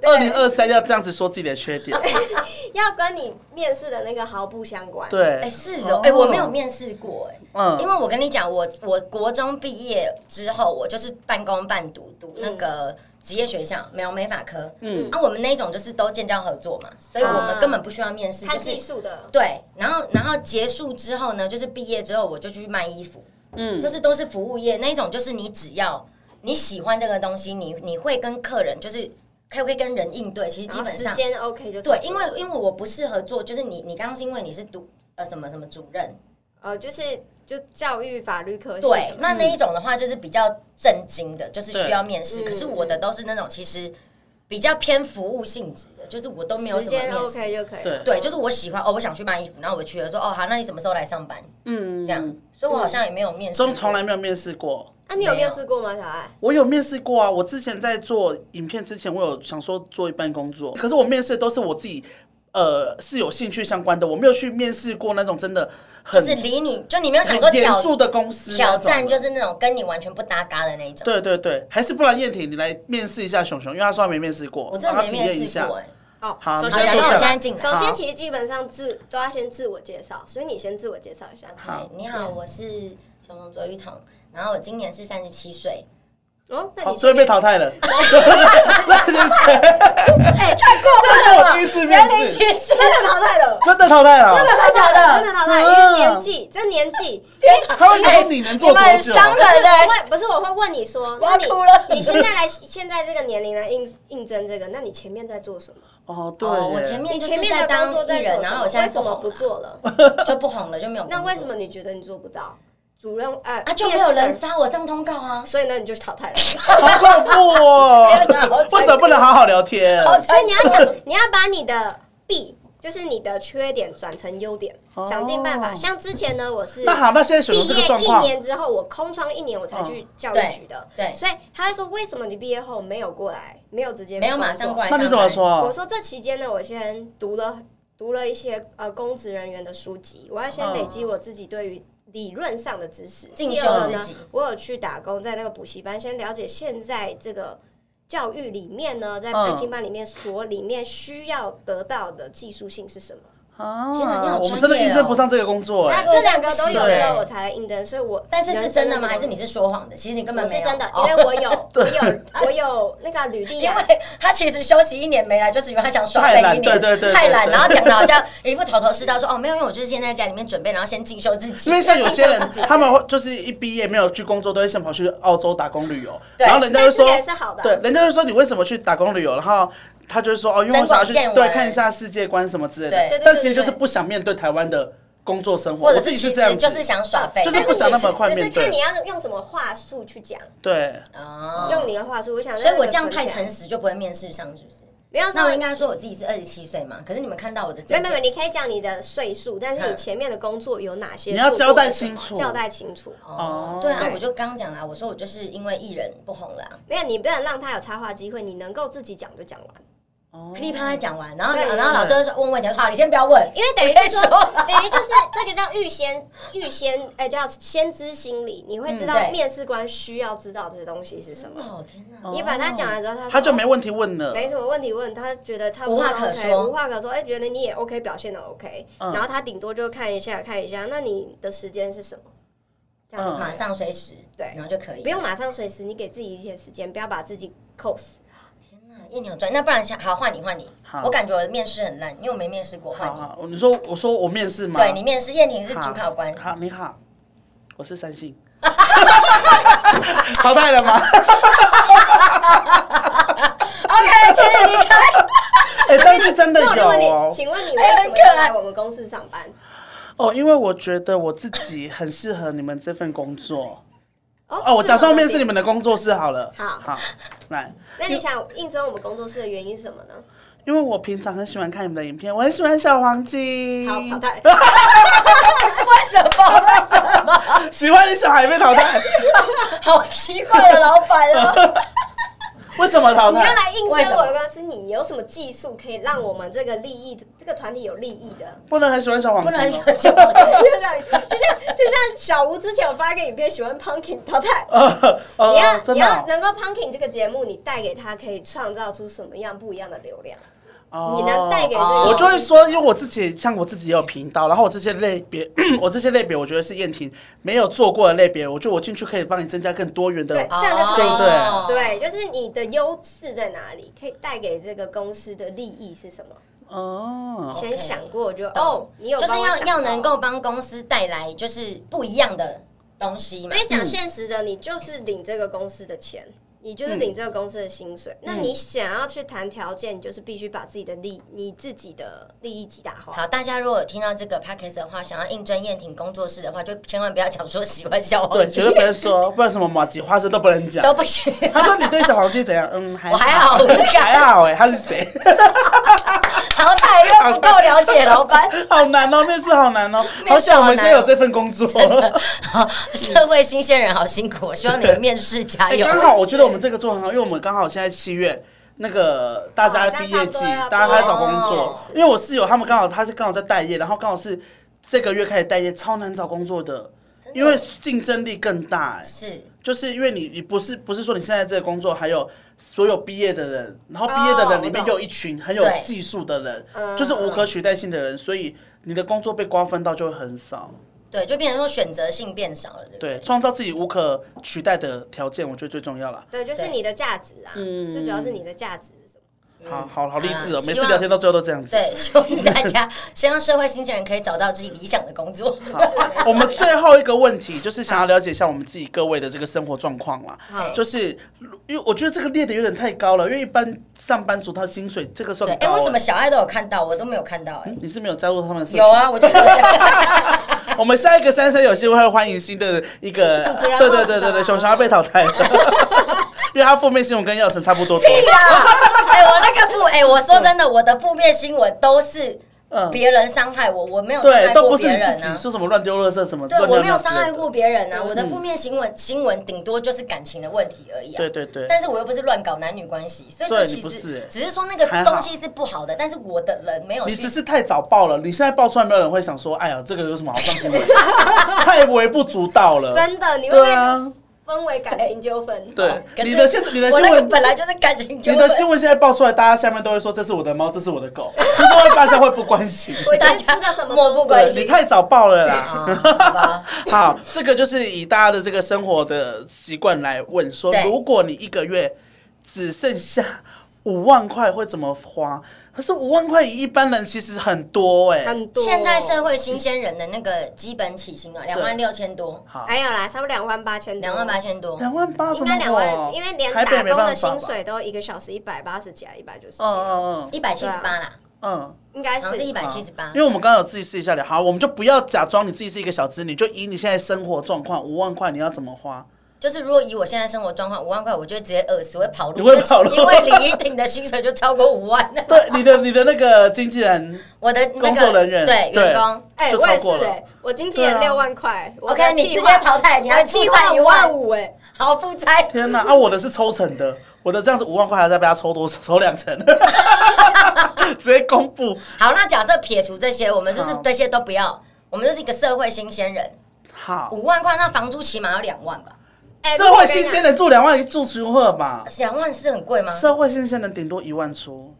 对
二零二三要这样子说自己的缺点，
哦哎
要跟你面试的那个毫不相关。，
哎
对，
是哦，哎我没有面试过哎。因
嗯，
为我跟你讲，我我国中毕业之后，我就是半工半读，读那个职业学校美容美发科。嗯
嗯，
啊，我们那一种就是都建交合作嘛，所以我们
啊
根本不需要面试，
看
就是
技术的，
对。然后然后结束之后呢，就是毕业之后我就去卖衣服，嗯，就是都是服务业那一种，就是你只要你喜欢这个东西，你你会跟客人就是可不可以跟人应对，其实基
然后
本
啊时
上
间 OK 就
对，因为因为我不适合做，就是你你刚刚是因为你是读呃什么什么主任。
呃就是就教育法律科系的嗯
对，那那一种的话就是比较震惊的，就是需要面试。
对嗯
可是我的都是那种其实比较偏服务性质的，就是我都没有
时
什么
间
面试。
OK 就可以了。
对
对，就是我喜欢哦，我想去卖衣服，然后我去了说哦好，那你什么时候来上班？
嗯，
这样，所以我好像也没有面试过，
从从来没有面试过。
啊，你有
没有
面试过吗，小爱？
我有面试过啊，我之前在做影片之前，我有想说做一半工作，可是我面试都是我自己，呃，是有兴趣相关的，我没有去面试过那种真的
就
很
是离你就你没有想说
很严
挑
肃的公司那种
挑战，
的
就是那种跟你完全不搭嘎的那一种。
对对对，还是不然燕婷你来面试一下熊熊，因为他说他没面试过，
我真的
让
没
他体验
面
一
试
下
过哎、
哦，
好
首
好，假
先
如我现
那就
在进来。
首
好
先其实基本上自都要先自我介绍，所以你先自我介绍一下。
嗨，你好，我是熊熊卓玉彤，然后我今年是三十七岁，
哦，那
好，
你
所以被淘 汰了。
哎，太
这是
过
我第一次面试，
试，
真的淘汰了，
真的淘汰了。哦
真的假的
真的淘汰，因为年纪，这年 纪，
他会想说你能做多
你们
久？啊
伤人
我
嘞！
会不是我会问你说，
啊我要
那你
哭了
你现在来现在这个年龄来应应征这个，那你前面在做什么？
哦，对耶，
哦，我前面
你
就
前
是
面
在
的
当
工作在
艺
做
人，
什
然后
么？
我现在
为
不
什么
红
不
了，
做 了？
就不红了，就没有工作。
那为什么你觉得你做不到？主任呃
啊？就没有人
面试
发我上通告啊
人，？所以呢你就淘汰了。
好恐怖 哦！
天哪好惨
为什么不能好好聊天？
好
所以你要想，你要把你的弊，就是你的缺点转成优点，
哦
想尽办法。像之前呢，我是
那好，那现在选择
毕
这个
业
状
一
况，嗯
年之后，我空窗一年，我才去教育局的。
对对
所以他会说，为什么你毕业后没有过来，没有直接
没有马上过来，
来？
嗯那你怎么？说？
我说这期间呢，我先读了读了一些呃公职人员的书籍，我要先累积我自己对于理论上的知识。
进
第
修
二
自
呢
己，
我有去打工，在那个补习班，先了解现在这个教育里面呢，在
嗯
培训班里面所里面需要得到的技术性是什么？
天哪你
啊
好
我们真的
专业
应征
哦
不上这个工作
那
哎。
这两个都有
对
了，我才来应征，所以我
但是是真的吗？还是你
是
是说谎的？其实你根本
我是
没有
真的，
哦
因为 我有我有我有那个履历
因
啊，
为 他其实休息一年没来，就是因为他想耍废
太懒
一年，
对对对对
太懒，
对
然后讲的好像一副头头是道，说哦没有，因为我就是先在家里面准备，然后先进修自己
因。为像有些人，他们会就是一毕业没有去工作，都会想跑去澳洲打工旅游，
对
然后人家
但
就
这
说
个，也是好的啊。
对，人家就说你为什么去打工旅游？然后他就会说哦，因为我想要去
增广见闻
对看一下世界观什么之类
对
的
对。对
但
对
其实就是
对
不想面对台湾的工作生活，
或者
我自己
其
这样
实
子，
就是想耍废，
就是不想那么快面
只是看你
对。
要用什么话术去讲，
对，
哦。
用你的话术。我想，
所以我这样太，诚实就不会面试上，是不是？
不要
那
说
我应。该说我自己是二十七岁嘛，可是你们看到我的
没
证
没
件
没，你可以讲你的岁数，但
嗯
是你前面的工作有哪些？
你要
做过
交代
什
清
么
楚
交代清楚。
哦
哦，
对啊，
对
我就刚刚讲了，我说我就是因为艺人不红啦，
没有，你不能让他有插话机会，你能够自己讲就讲完。
噼里啪啦讲完，然后
对
然后老师就说问问题，我说好，你先不要问，
因为等于
再
是说，
说。
等于就是这个叫预先预先，哎，叫先知心理，你会知
嗯
道
对
面试官需要知道这些东西是什么。
哦天哪，
你把它讲完之后，他说
他就没问题问了。
没什么问题问，他觉得差不多
无话可
OK，
说
无话可说，哎、觉得你也 OK，表现的 OK，、
嗯
然后他顶多就看一下看一下，那你的时间是什么？这样
嗯
马上随时
对
然后就可以，
不用马上随时，你给自己一些时间，不要把自己扣死。
天哪，一扭转，那不然想好换你换你
好，
我感觉我的面试很烂，因为我没面试过，换
好
你。
好，你说我说我面试吗？
对你面试，燕婷是主
好
考官，
好，你好，我是三星。 淘汰了 吗？
OK，请你 离开。
哎、但是真的
那我就
有
问
哦
你，。请问你为
哎
什
很
么
可
要
爱
来我们公司上班？
哦，因为我觉得我自己很适合你们这份工 作。
哦
哦，我假装面试你。
是吗
们的工作室好了。
好
好，来，
那你想应征我们工作室的原因是什么呢？
因为我平常很喜欢看你们的影片，我很喜欢小黄鸡。
好，淘汰。
为什么？为什么？
喜欢你小孩被淘汰，
好奇怪的老板哦！
为什么淘
你要
汰？
来应征
为什么
我的公司，你有什么技术可以让我们这个利益这个团体有利益的？
不能很喜欢小黄
不
鸡、
能
哦
说。 就好奇
就像就像就像小吴之前有发一个影片，喜欢 Punkin 淘汰。
呃呃
你要、
真
你
的
要
哦、
能够 Punkin 这个节目，你带给他可以创造出什么样不一样的流量？
哦
你能带给这
哦
个？
我就会说，因为我自己像我自己也有频道，然后我这些类别， 我这些类别，我觉得是燕婷没有做过的类别，我觉得我进去可以帮你增加更多元的
对。 这样就可以
哦
对，就是你的优势在哪里，可以带给这个公司的利益是什么？
哦，
先想过，我觉得
懂
哦，你有
就是
帮我
要
想
要
到
能。够帮公司带来就是不一样的东西
因
嘛。嗯
为
嗯
讲现实的，你就是领这个公司的钱，你就是
嗯
领这个公司的薪水。那你想要去谈条件，你就是必须把自己的利，你自己的利益极大化。
好，大家如果有听到这个 p a c k a g e 的话，想要应征燕婷工作室的话，就千万不要讲说喜欢小
对，
黄鸡，
绝对不能说，不然什么马吉花生都不能讲。
都不行。
他说你对小黄鸡怎样？嗯，还
我还好，
还好哎、他是谁？
淘汰，因为不够了解老板。
好难哦，面试好难哦，好
面试好难哦
想我们现在有这份工作。
好， 社会新鲜人好辛苦，希望你们面试加
哎，
油。
刚好我觉得我们这个做很好，因为我们刚好现在七月。那个大家毕业季
哦好像差不多要，
大家开始找工作
哦，
因为我室友他们刚好他是刚好在待业，然后刚好是这个月开始待业，超难找工作的，
真的
因为竞争力更大、哎
是
就是因为你你不是不是说你现在这个工作，还有所有毕业的人，然后毕业的人里
哦我
面
懂
又有一群很有
对
技术的人，
嗯
就是无可取代性的人，所以你的工作被瓜分到就会很少，
对，就变成说选择性变少了，对不
对，创造自己无可取代的条件，我觉得最重要了。
对，就是
对
你的价值啊，
嗯
最主要是你的价值是什么？
好好好励志
啊
哦！每
希
次
望
聊天到最后都这样子。
对，希望大家先让社会新鲜人可以找到自己理想的工作。
我们最后一个问题就是想要了解一下我们自己各位的这个生活状况啦。
好
就是因为我觉得这个列的有点太高了，因为一般上班族他的薪水这个算
对，
高
哎、
欸。
为什么小爱都有看到，我都没有看到、哎，
你是没有加入他们的社群
有啊，我就觉 得
我们下一个三生有幸会欢迎新的一个
主持人
对对对对对，
Rose
熊熊要被淘汰 了，因为他负面新闻跟药神差不多多。
哎、我那个负，哎、我说真的，我的负面新闻都是
嗯，
别人伤害我，我没有伤
对，
害
都不
过
是
别
你
人
自己
啊。
说什么乱丢垃圾什么，
对，
乱
我
丢
没有
尿之
伤害
类的嗯
过别人啊，我的负面新闻新闻顶多就是感情的问题而已啊。
对对对，
但是我又不是乱搞男女关系，所以这
对
其
你不是
实
欸
只是说那个
还好
东西是不好的，但是我的人没有
你
去
只是太早爆了，你现在爆出来，没有人会想说，哎呀，这个有什么好 上新闻？太微不足道了。
真的，你会
对
被
啊，
分为感情纠纷。
对，
哦可是
你的现你的
我
新
那个
闻，
本来就是感情纠
你
纷
的。新闻现在爆出来，大家下面都会说这是我的猫，这是我的 狗，就是会大家会不关心。
我
大
大
家
家吃的什么
漠不关
对
心
你太早爆了啦。
啊，好吧，
好，这个就是以大家的这个生活的习惯来问说，
对
如果你一个月只剩下五万块，会怎么花？可是五万块，以一般人其实很多哎、
很多。
现在社会新鲜人的那个基本起薪啊，两万六千多，
好，
还有啦，差不多两万八千多，
两万八，千多，
两万八怎
哦应
么
该两万，
火
因为连
台
打
北没
工
办
的
法
薪
吧？
水都一个小时一百八十几啊，一百九十几
嗯
啊，
嗯
一百七十八啦，
嗯嗯，啊
应该
好像是一
是。
百七十八
因。为我们刚刚有自己试一下聊，好，我们就不要假装你自己是一个小资女，就以你现在生活状况，五万块你要怎么花？
就是如果以我现在生活状况，五万块我就会直接饿死，我会跑路，
你会跑路
因为因为李一婷的薪水就超过五万了。
对，你的你的那个经纪人，
我的那
工作
个
人员
对
对
员工。
哎，
就
我也
超
是
过了
哎，我经纪
对啊
人六万块我
OK，
的
你直
计
接
划
淘汰，你还
我
负
计
债
划
一
一万
万，
五哎，
好负债。
天哪啊，我的是抽成的，我的这样子五万块还在被他抽多抽两成， 直接公布。
好，那假设撇除这些，我们就是
好
这些都不要，我们就是一个社会新鲜人，
好，
五万块，那房租起码要两万吧？
哎
社会新鲜，人住两万住宿舍吧，
两万是很
嗯
贵吗？
社会新鲜人顶多一万出，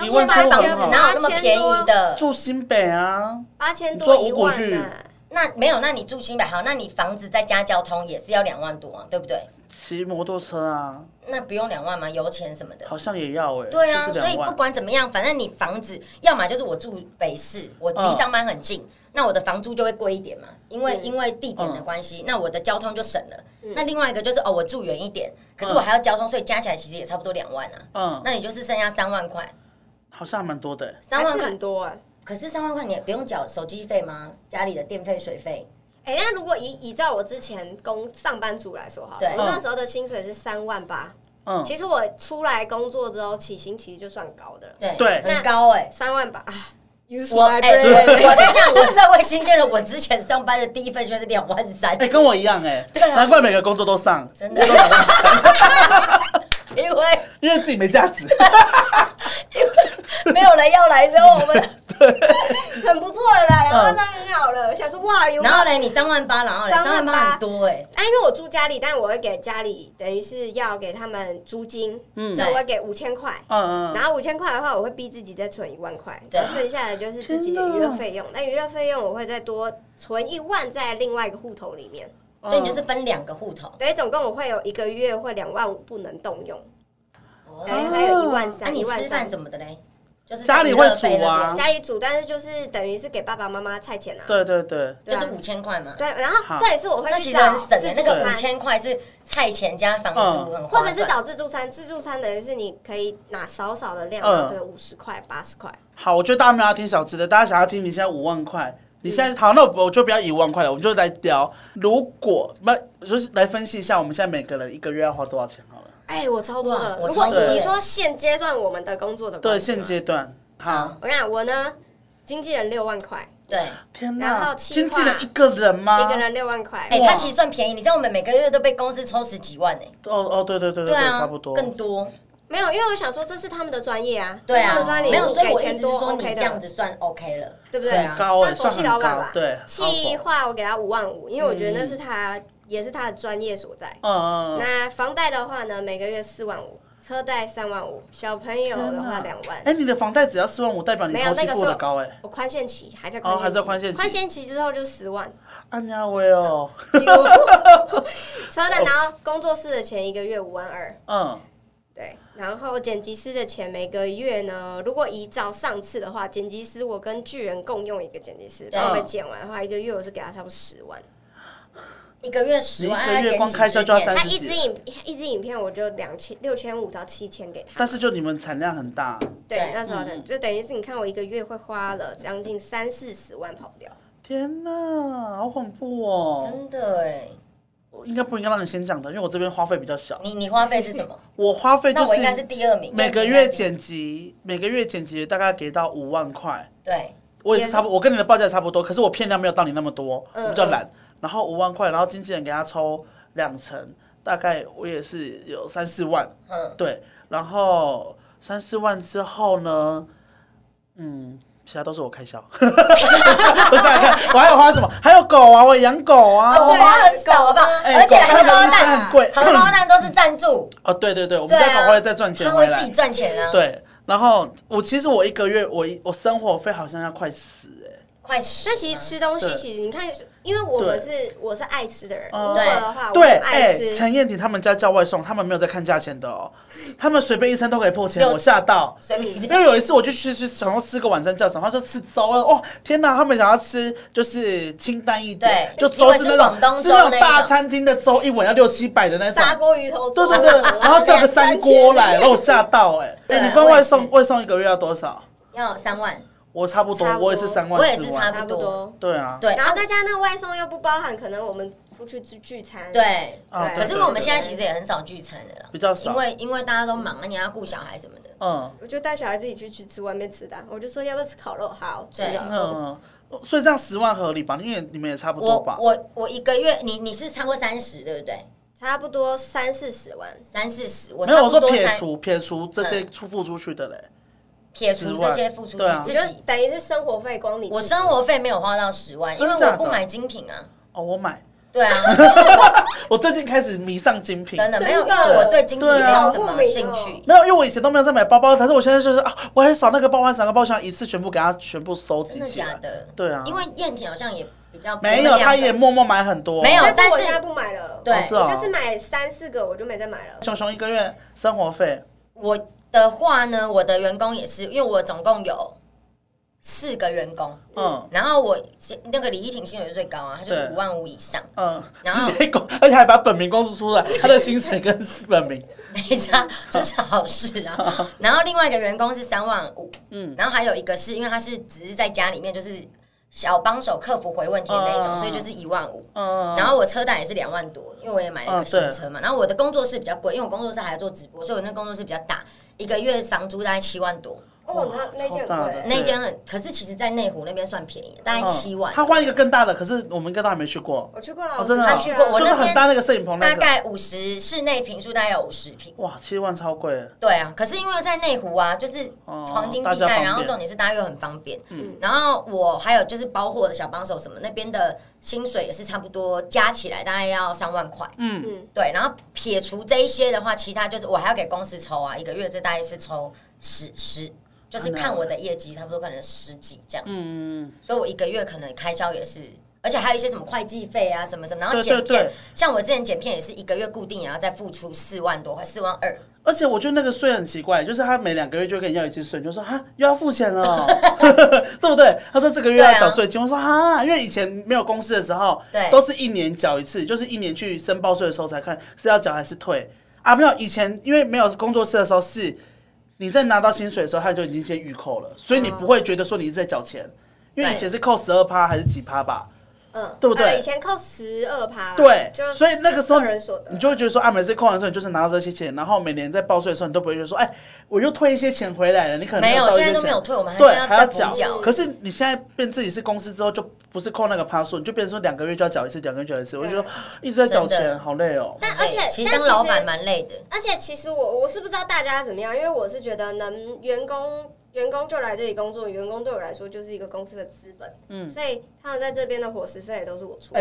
一
如
万
果
现在
跟你
出
房
讲
子
很好，
哪有那么便宜的？
住新北啊，
哎八千
你
多
说
一
五谷
万啊
去
呢，
那没有，那你住新北好，那你房子再加交通也是要两万多啊，对不对？
骑摩托车啊，
那不用两万吗？油钱什么的。
好像也要哎、欸，
对啊，
就是
所以
两
不
万。
管怎么样，反正你房子要么就是我住北市，我离
嗯
上班很近，那我的房租就会贵一点嘛，因为、
嗯
因为地点的关系，
嗯
那我的交通就省了。
嗯
那另外一个就是哦，我住远一点，可是我还要交通，所以加起来其实也差不多两万啊。
嗯，
那你就是剩下三万块，
好像还蛮多的、欸。
三万
还是
块
很，多哎。
可是三万块你也不用缴手机费吗？家里的电费、水费，
哎，那如果以依照我之前工上班族来说好
对
了，我那时候的薪水是三万八，
嗯，
其实我出来工作之后起薪其实就算高的了，
对
对
很高哎、
三万八啊。
我哎、对，我在讲我社会新鲜人，我之前上班的第一份就是两万三
哎、，跟我一样哎、
对啊
难怪每个工作都上，
真的， 因为。
因为自己没价 值。
啊没有人要来之后，我们
很不错了
嗯
啦，然后那很好了，想说哇有。
然后嘞，你三万八，然后嘞，三
三
万
万八
八很多哎，
啊，因为我住家里，但我会给家里等于是要给他们租金，
嗯
所以我会给五千块。
嗯嗯
然后五千块的话，我会逼自己再存一万块，
对
然后剩下的就是自己的娱乐费用。那娱乐费用我会再多存一万在另外一个户头里面，
嗯，
所以你就是分两个户头。
等于总共我会有一个月或两万五不能动用，
哦
等于哎还有一万
那
三、
你
一万
吃饭
三。
什么的嘞？就是
家里会煮啊
家里煮，但是就是等于是给爸爸妈妈菜钱啊。
对对对，
就
对啊
是五千块嘛。
对，然
好
后这也是我会
那其
去
实
找
很
自
省的，
助
那个
餐嗯
五千块是菜钱加房租，很划
或
算
者是找自助餐，自助餐等于是你可以拿少少的量，
嗯
然后可能五十块、八十块。
好，我觉得大家没有要听小资的，大家想要听你现在五万块，你现在、好，那我我就不要一万块了，我们就来聊，如果那就是来分析一下我们现在每个人一个月要花多少钱好了。
哎，我超多
哇
的。
我
如
超
果
多的
你说现阶段我们的工作的话
对，现，阶段，好，
我跟你讲，我呢，经纪人六万块，
对。
天
然
哪，
后
经
企划
纪人一个人吗？
一个。人六万块
哎，。
啊哇
他其实算便宜，你知道我们每个月都被公司抽十几万哎。
哦哦，对对对对对，
啊，
差不多。
更多。
没有，因为我想说这是他们的专业啊，
对
这
啊
是他们的专，业
没有，所以
给
我意思
钱
是
多
说你
OK
这样
的，
子算 OK 了。
对不对
对啊？
高哎、
佛
算
系
很
老板
高
吧，。
对，
气
好
话我给他五万五，因为我觉得那
嗯
是他也是他的专业所在。
嗯嗯嗯。
那房贷的话呢，每个月四万五，车贷三万五，小朋友的话
天
两万。
哎，你的房贷只要四万五，代表你
没
头
有
期
那个
付的
是
高哎，
我宽限期还在
哦还在宽
宽
限期
限期，宽限期之后就十万。
按呀喂哦，
车贷，然后工作室的钱一个月五万二，
嗯，
对。然后剪辑师的钱每个月呢，如果依照上次的话，剪辑师我跟巨人共用一个剪辑师，
对
然后我们剪完的话，一个月我是给他差不多十万。
一个月十万，
你一个月
要剪
光
几
开
支
销就要
片
三
他
十
一
几
支影一支影片我就两千六千五到七千给他。
但是就你们产量很大，
对
对，那时候的
嗯
就等于是你看我一个月会花了将近三四十万跑不掉。
嗯
天哪，好恐怖哦！
真的哎。
我应该不应该让你先讲的，因为我这边花费比较小，
你你花费是什么？
我花费就
那我应该是第二名，
每个月
减
剪辑，每个月剪辑大概给到五万块，
对，
我也是差不多，我跟你的报价也差不多，可是我片量没有到你那么多，
嗯
我比较懒。然后五万块，然后经纪人给他抽两成，大概我也是有三四万，
嗯，
对。然后三四万之后呢，嗯，其他都是我开销。 我想想看，我还有花什么？还有狗啊，我也养狗啊。
哦，我
对
花很少，好不好？
哎
而且
狗
荷包
那个是
蛋
很贵，
荷包蛋都是赞 助，
哦，对对对，我
对
们家
啊，
狗回来再赚钱
他
回
会
来
自己。赚钱啊，
对，然后我其实我一个月我一我生活费好像要快死哎、
快十
那其实吃东西，
对
其实你看，因为我们是我是爱吃的人，如
哦
果的话，我
对，
很
哎、
爱吃。
陈燕婷他们家叫外送，他们没有在看价钱的哦，他们随便一餐都可以破千，
有
我吓到。
随便一
因为有一次我就去去想要吃个晚餐叫什么，他说吃粥啊，哦天哪，他们想要吃就是清淡一点，
对
就粥
因为是
是那
广
种
东粥
是那
那一
种大
种
餐厅的粥，一碗要六七百的那种，
砂锅鱼头
对
粥，
对对，然后叫个三锅来，然后我吓到哎、
对啊
哎、你光外
我也
送
是
外送一个月要多少？
要三万，
我差不多，
差不多
我也是三万，
我也是
四
差
万，
差不多。
对啊，
对
然后再加上那个外送又不包含，可能我们出去聚聚餐，，
对。
啊
对
可
对
是
对
我们
对
现在其实也很少聚餐了啦，
比较
因
少，
为因为大家都忙啊，你还要顾小孩什么的。
嗯
我就带小孩自己去去吃外面吃的啊，我就说要不要吃烤肉，好，吃
对
了
嗯嗯，嗯所以这样十万合理吧？因为你们也差不多
我
吧？
我我一个月，你你是超过三十对不对？
差不多三四十万，
三四十，我
没有，
差
我
不
说
多
撇
三嗯
除撇除这些出付出去的嘞，
撇除
10
这
万
些付出去
对啊
我
自
觉得
己，
等于是生活费光你
我
自己
生
哦
活费没有花到十万，因
真
为
的假
我
的
不买精品 啊。
哦，我买，
对啊，
我最近开始迷上精品，
真的没有，因
真的
为我对精品
对
没
啊
有什么兴趣。
没有，因为我以前都没有在买包包，但是我现在就是啊，我还少那个包，我还少那个包，我想一次全部给它全部收集
真的
起来
假。的？
对啊，
因为燕婷好像也比较不
没
那样
有，
的
他也默默买很多，
没有
但
但
是我
是
现在不买了，
对
哦是哦
我就是买三四个我就没再买了。
熊熊一个月生活费，
我的话呢，我的员工也是，因为我总共有四个员工，
嗯
然后我那个李依婷薪水最高啊，她就是
对
五万五以上，
嗯，
然后
直接公，而且还把本名公示出来，他的薪水跟本名，
没
嗯
差，这是好事 啊。然后另外一个员工是三万五，
嗯，
然后还有一个是因为他是只是在家里面就是小帮手客服回问题的那一种，
嗯
所以就是一万五。
嗯，
然后我车贷也是两万多，因为我也买了一个
嗯对
新车嘛。然后我的工作室比较贵，因为我工作室还要做直播，所以我那工作室比较大，一个月房租大概七万多，
哦，那那件
超大
很
的
贵，
那间很，可是其实在内湖那边算便宜，大概
嗯
七万。
他换一个更大的，可是我们应该都还没去过，
我去过了，
哦真的
他去过我
就
那
是
边
很大那个摄影棚那
大
个，
概五十，室内平数大概有五十平。
哇，七万超贵，
对啊，可是因为在内湖啊，就是
哦
黄金
大
地
家方
带，
便
然后重点是大家又很方便。
嗯
然后我还有就是包货的小帮手什么，那边的薪水也是差不多，加起来大概要三万块。
嗯，
嗯，
对，然后撇除这一些的话，其他就是我还要给公司抽啊，一个月这大概是抽十十，就是看我的业绩，差不多可能十几这样子。
啊嗯，
所以我一个月可能开销也是，而且还有一些什么会计费啊什么什么，然后
对
剪
对
片，
对，
像我之前剪片也是一个月固定也要再付出四万多块，四万二。
而且我觉得那个税很奇怪，就是他每两个月就会跟你要一次税，你就说哈又要付钱了哦，对不对？他说这个月
对啊
要缴税金，我说哈，因为以前没有公司的时候，
对
都是一年缴一次，就是一年去申报税的时候才看是要缴还是退啊。没有以前因为没有工作室的时候是。你在拿到薪水的时候，他就已经先预扣了，所以你不会觉得说你是在缴钱，因为以前是扣十二趴还是几趴吧？
嗯，
对不对
呃以前扣十二趴，
对
嗯就，
所以那个时候
个人所得
你就会觉得说啊，每次扣完税你就是拿到这些钱，然后每年在报税的时候，你都不会觉得说，哎，我又退一些钱回来了，你可能
没有，
到一
现
些
在都
钱
没有退，我们还
对，
是
还
要
要
再补缴
缴。。可是你现在变自己是公司之后，就不是扣那个趴数，你就变成说两个月就要缴一次，两个月缴一次，我就说一直在缴
真的
钱，好累哦。
但
很
而
累
且
其实
但
当
其
老
实
板蛮累的，
而且其实我我是不知道大家怎么样，因为我是觉得能员工员工就来这里工作，员工对我来说就是一个公司的资本，嗯，所以他们在这边的伙食费也都是哎我出的，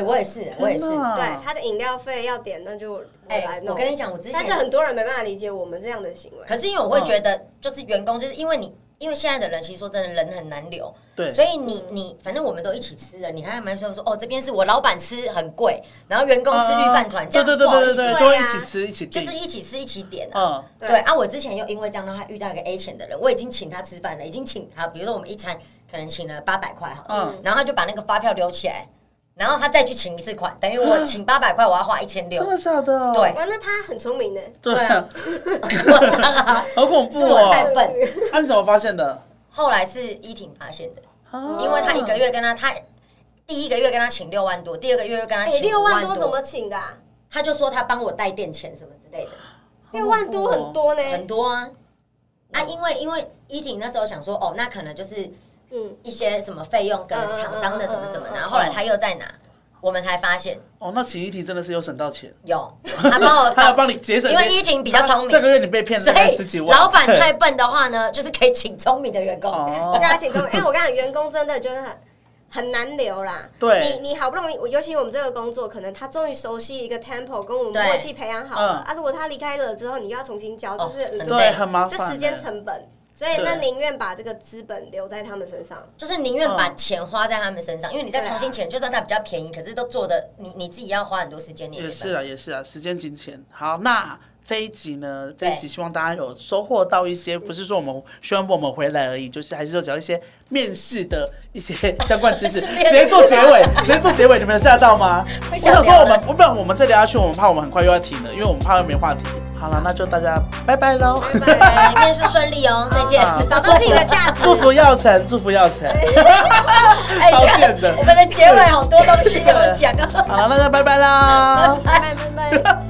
哎也是啊
天哪
对他的饮料费要点那就我来
哎，
弄。
我跟你讲，我之
但是很
前，
多人没办法理解我们这样的行为，
可是因为我会觉
嗯
得，就是员工，就是因为你，因为现在的人其实说真的，人很难留，
对
所以你你反正我们都一起吃了，你还蛮说说哦，这边是我老板吃很贵，然后员工吃绿饭团，
嗯
这样
对对
不好意
对对
思
对，
思
就会一
对啊
起吃一起
就
订
是，一起吃一起点啊。
嗯，
对啊，我之前又因为这样的话遇到一个 A 钱的人，我已经请他吃饭了，已经请他，比如说我们一餐可能请了八百块好了，
嗯
然后他就把那个发票留起来，然后他再去请一次款，等于我请八百块，我要花一千六
嗯真，的假的？哦
对
哇，那他很聪明呢，
对
对啊
啊，
我操啊！
好恐
是
怖
我太
哦！
笨。
啊，你怎么发现的？
后来是依婷发现的，
啊
因为他一个月跟他他第一个月跟他请六万多，第二个月又跟他
哎，
请
六
5
万
万
多怎么请的啊？
他就说他帮我带垫钱什么之类的，
哦
六万多很多呢，嗯
很多啊。啊，因为因为依婷那时候想说，哦，那可能就是
嗯，
一些什么费用跟厂商的什么什么，
嗯嗯嗯嗯嗯
然后后来他又在拿，我们才发现
哦，那请一婷真的是有省到钱，
有，他啊帮我
他要帮你节省
因
钱，
为依婷比较聪
这
明，
个月你被骗
所
了十几
以
万，
老板太笨的话呢，就是可以请聪明的员工。啊
哦
大，家请中，因为我跟你讲，员工真的就是很很难留啦。
对
你你好不容易，我尤其我们这个工作，可能他终于熟悉一个 tempo，跟我
对
们默契培养好
嗯
了啊。如果他离开了之后，你又要重新教，
哦
就是
很
对，很麻
这
烦，欸
时间成本。所以
对
那宁愿把这个资本留在他们身上。
就是宁愿把钱花在他们身上，因为你
啊
再重新钱，就算它比较便宜，可是都做的你你自己要花很多时间，你
也
没办法
是啊，也是啊，时间金钱。好，那这一集呢，这一
对
集希望大家有收获到一些，不是说我们希望我们回来而已，就是还是说讲一些面试的一些相关知识，
是
直
面试啊
接做结尾，直接做结尾，你们有吓 到吗？
会
我
吓到
想说我们，我不然我们再聊下去，我们怕我们很快又要停了，因为我们怕又没话题。好了，那就大家拜拜喽，
拜拜
哎面试顺利哦，再见。
好
找到自己的价值。
祝福耀成，祝福耀 成。
哎
抱歉的
我们的结尾好多东西要讲啊，
好了，那就拜拜啦。
拜拜拜拜。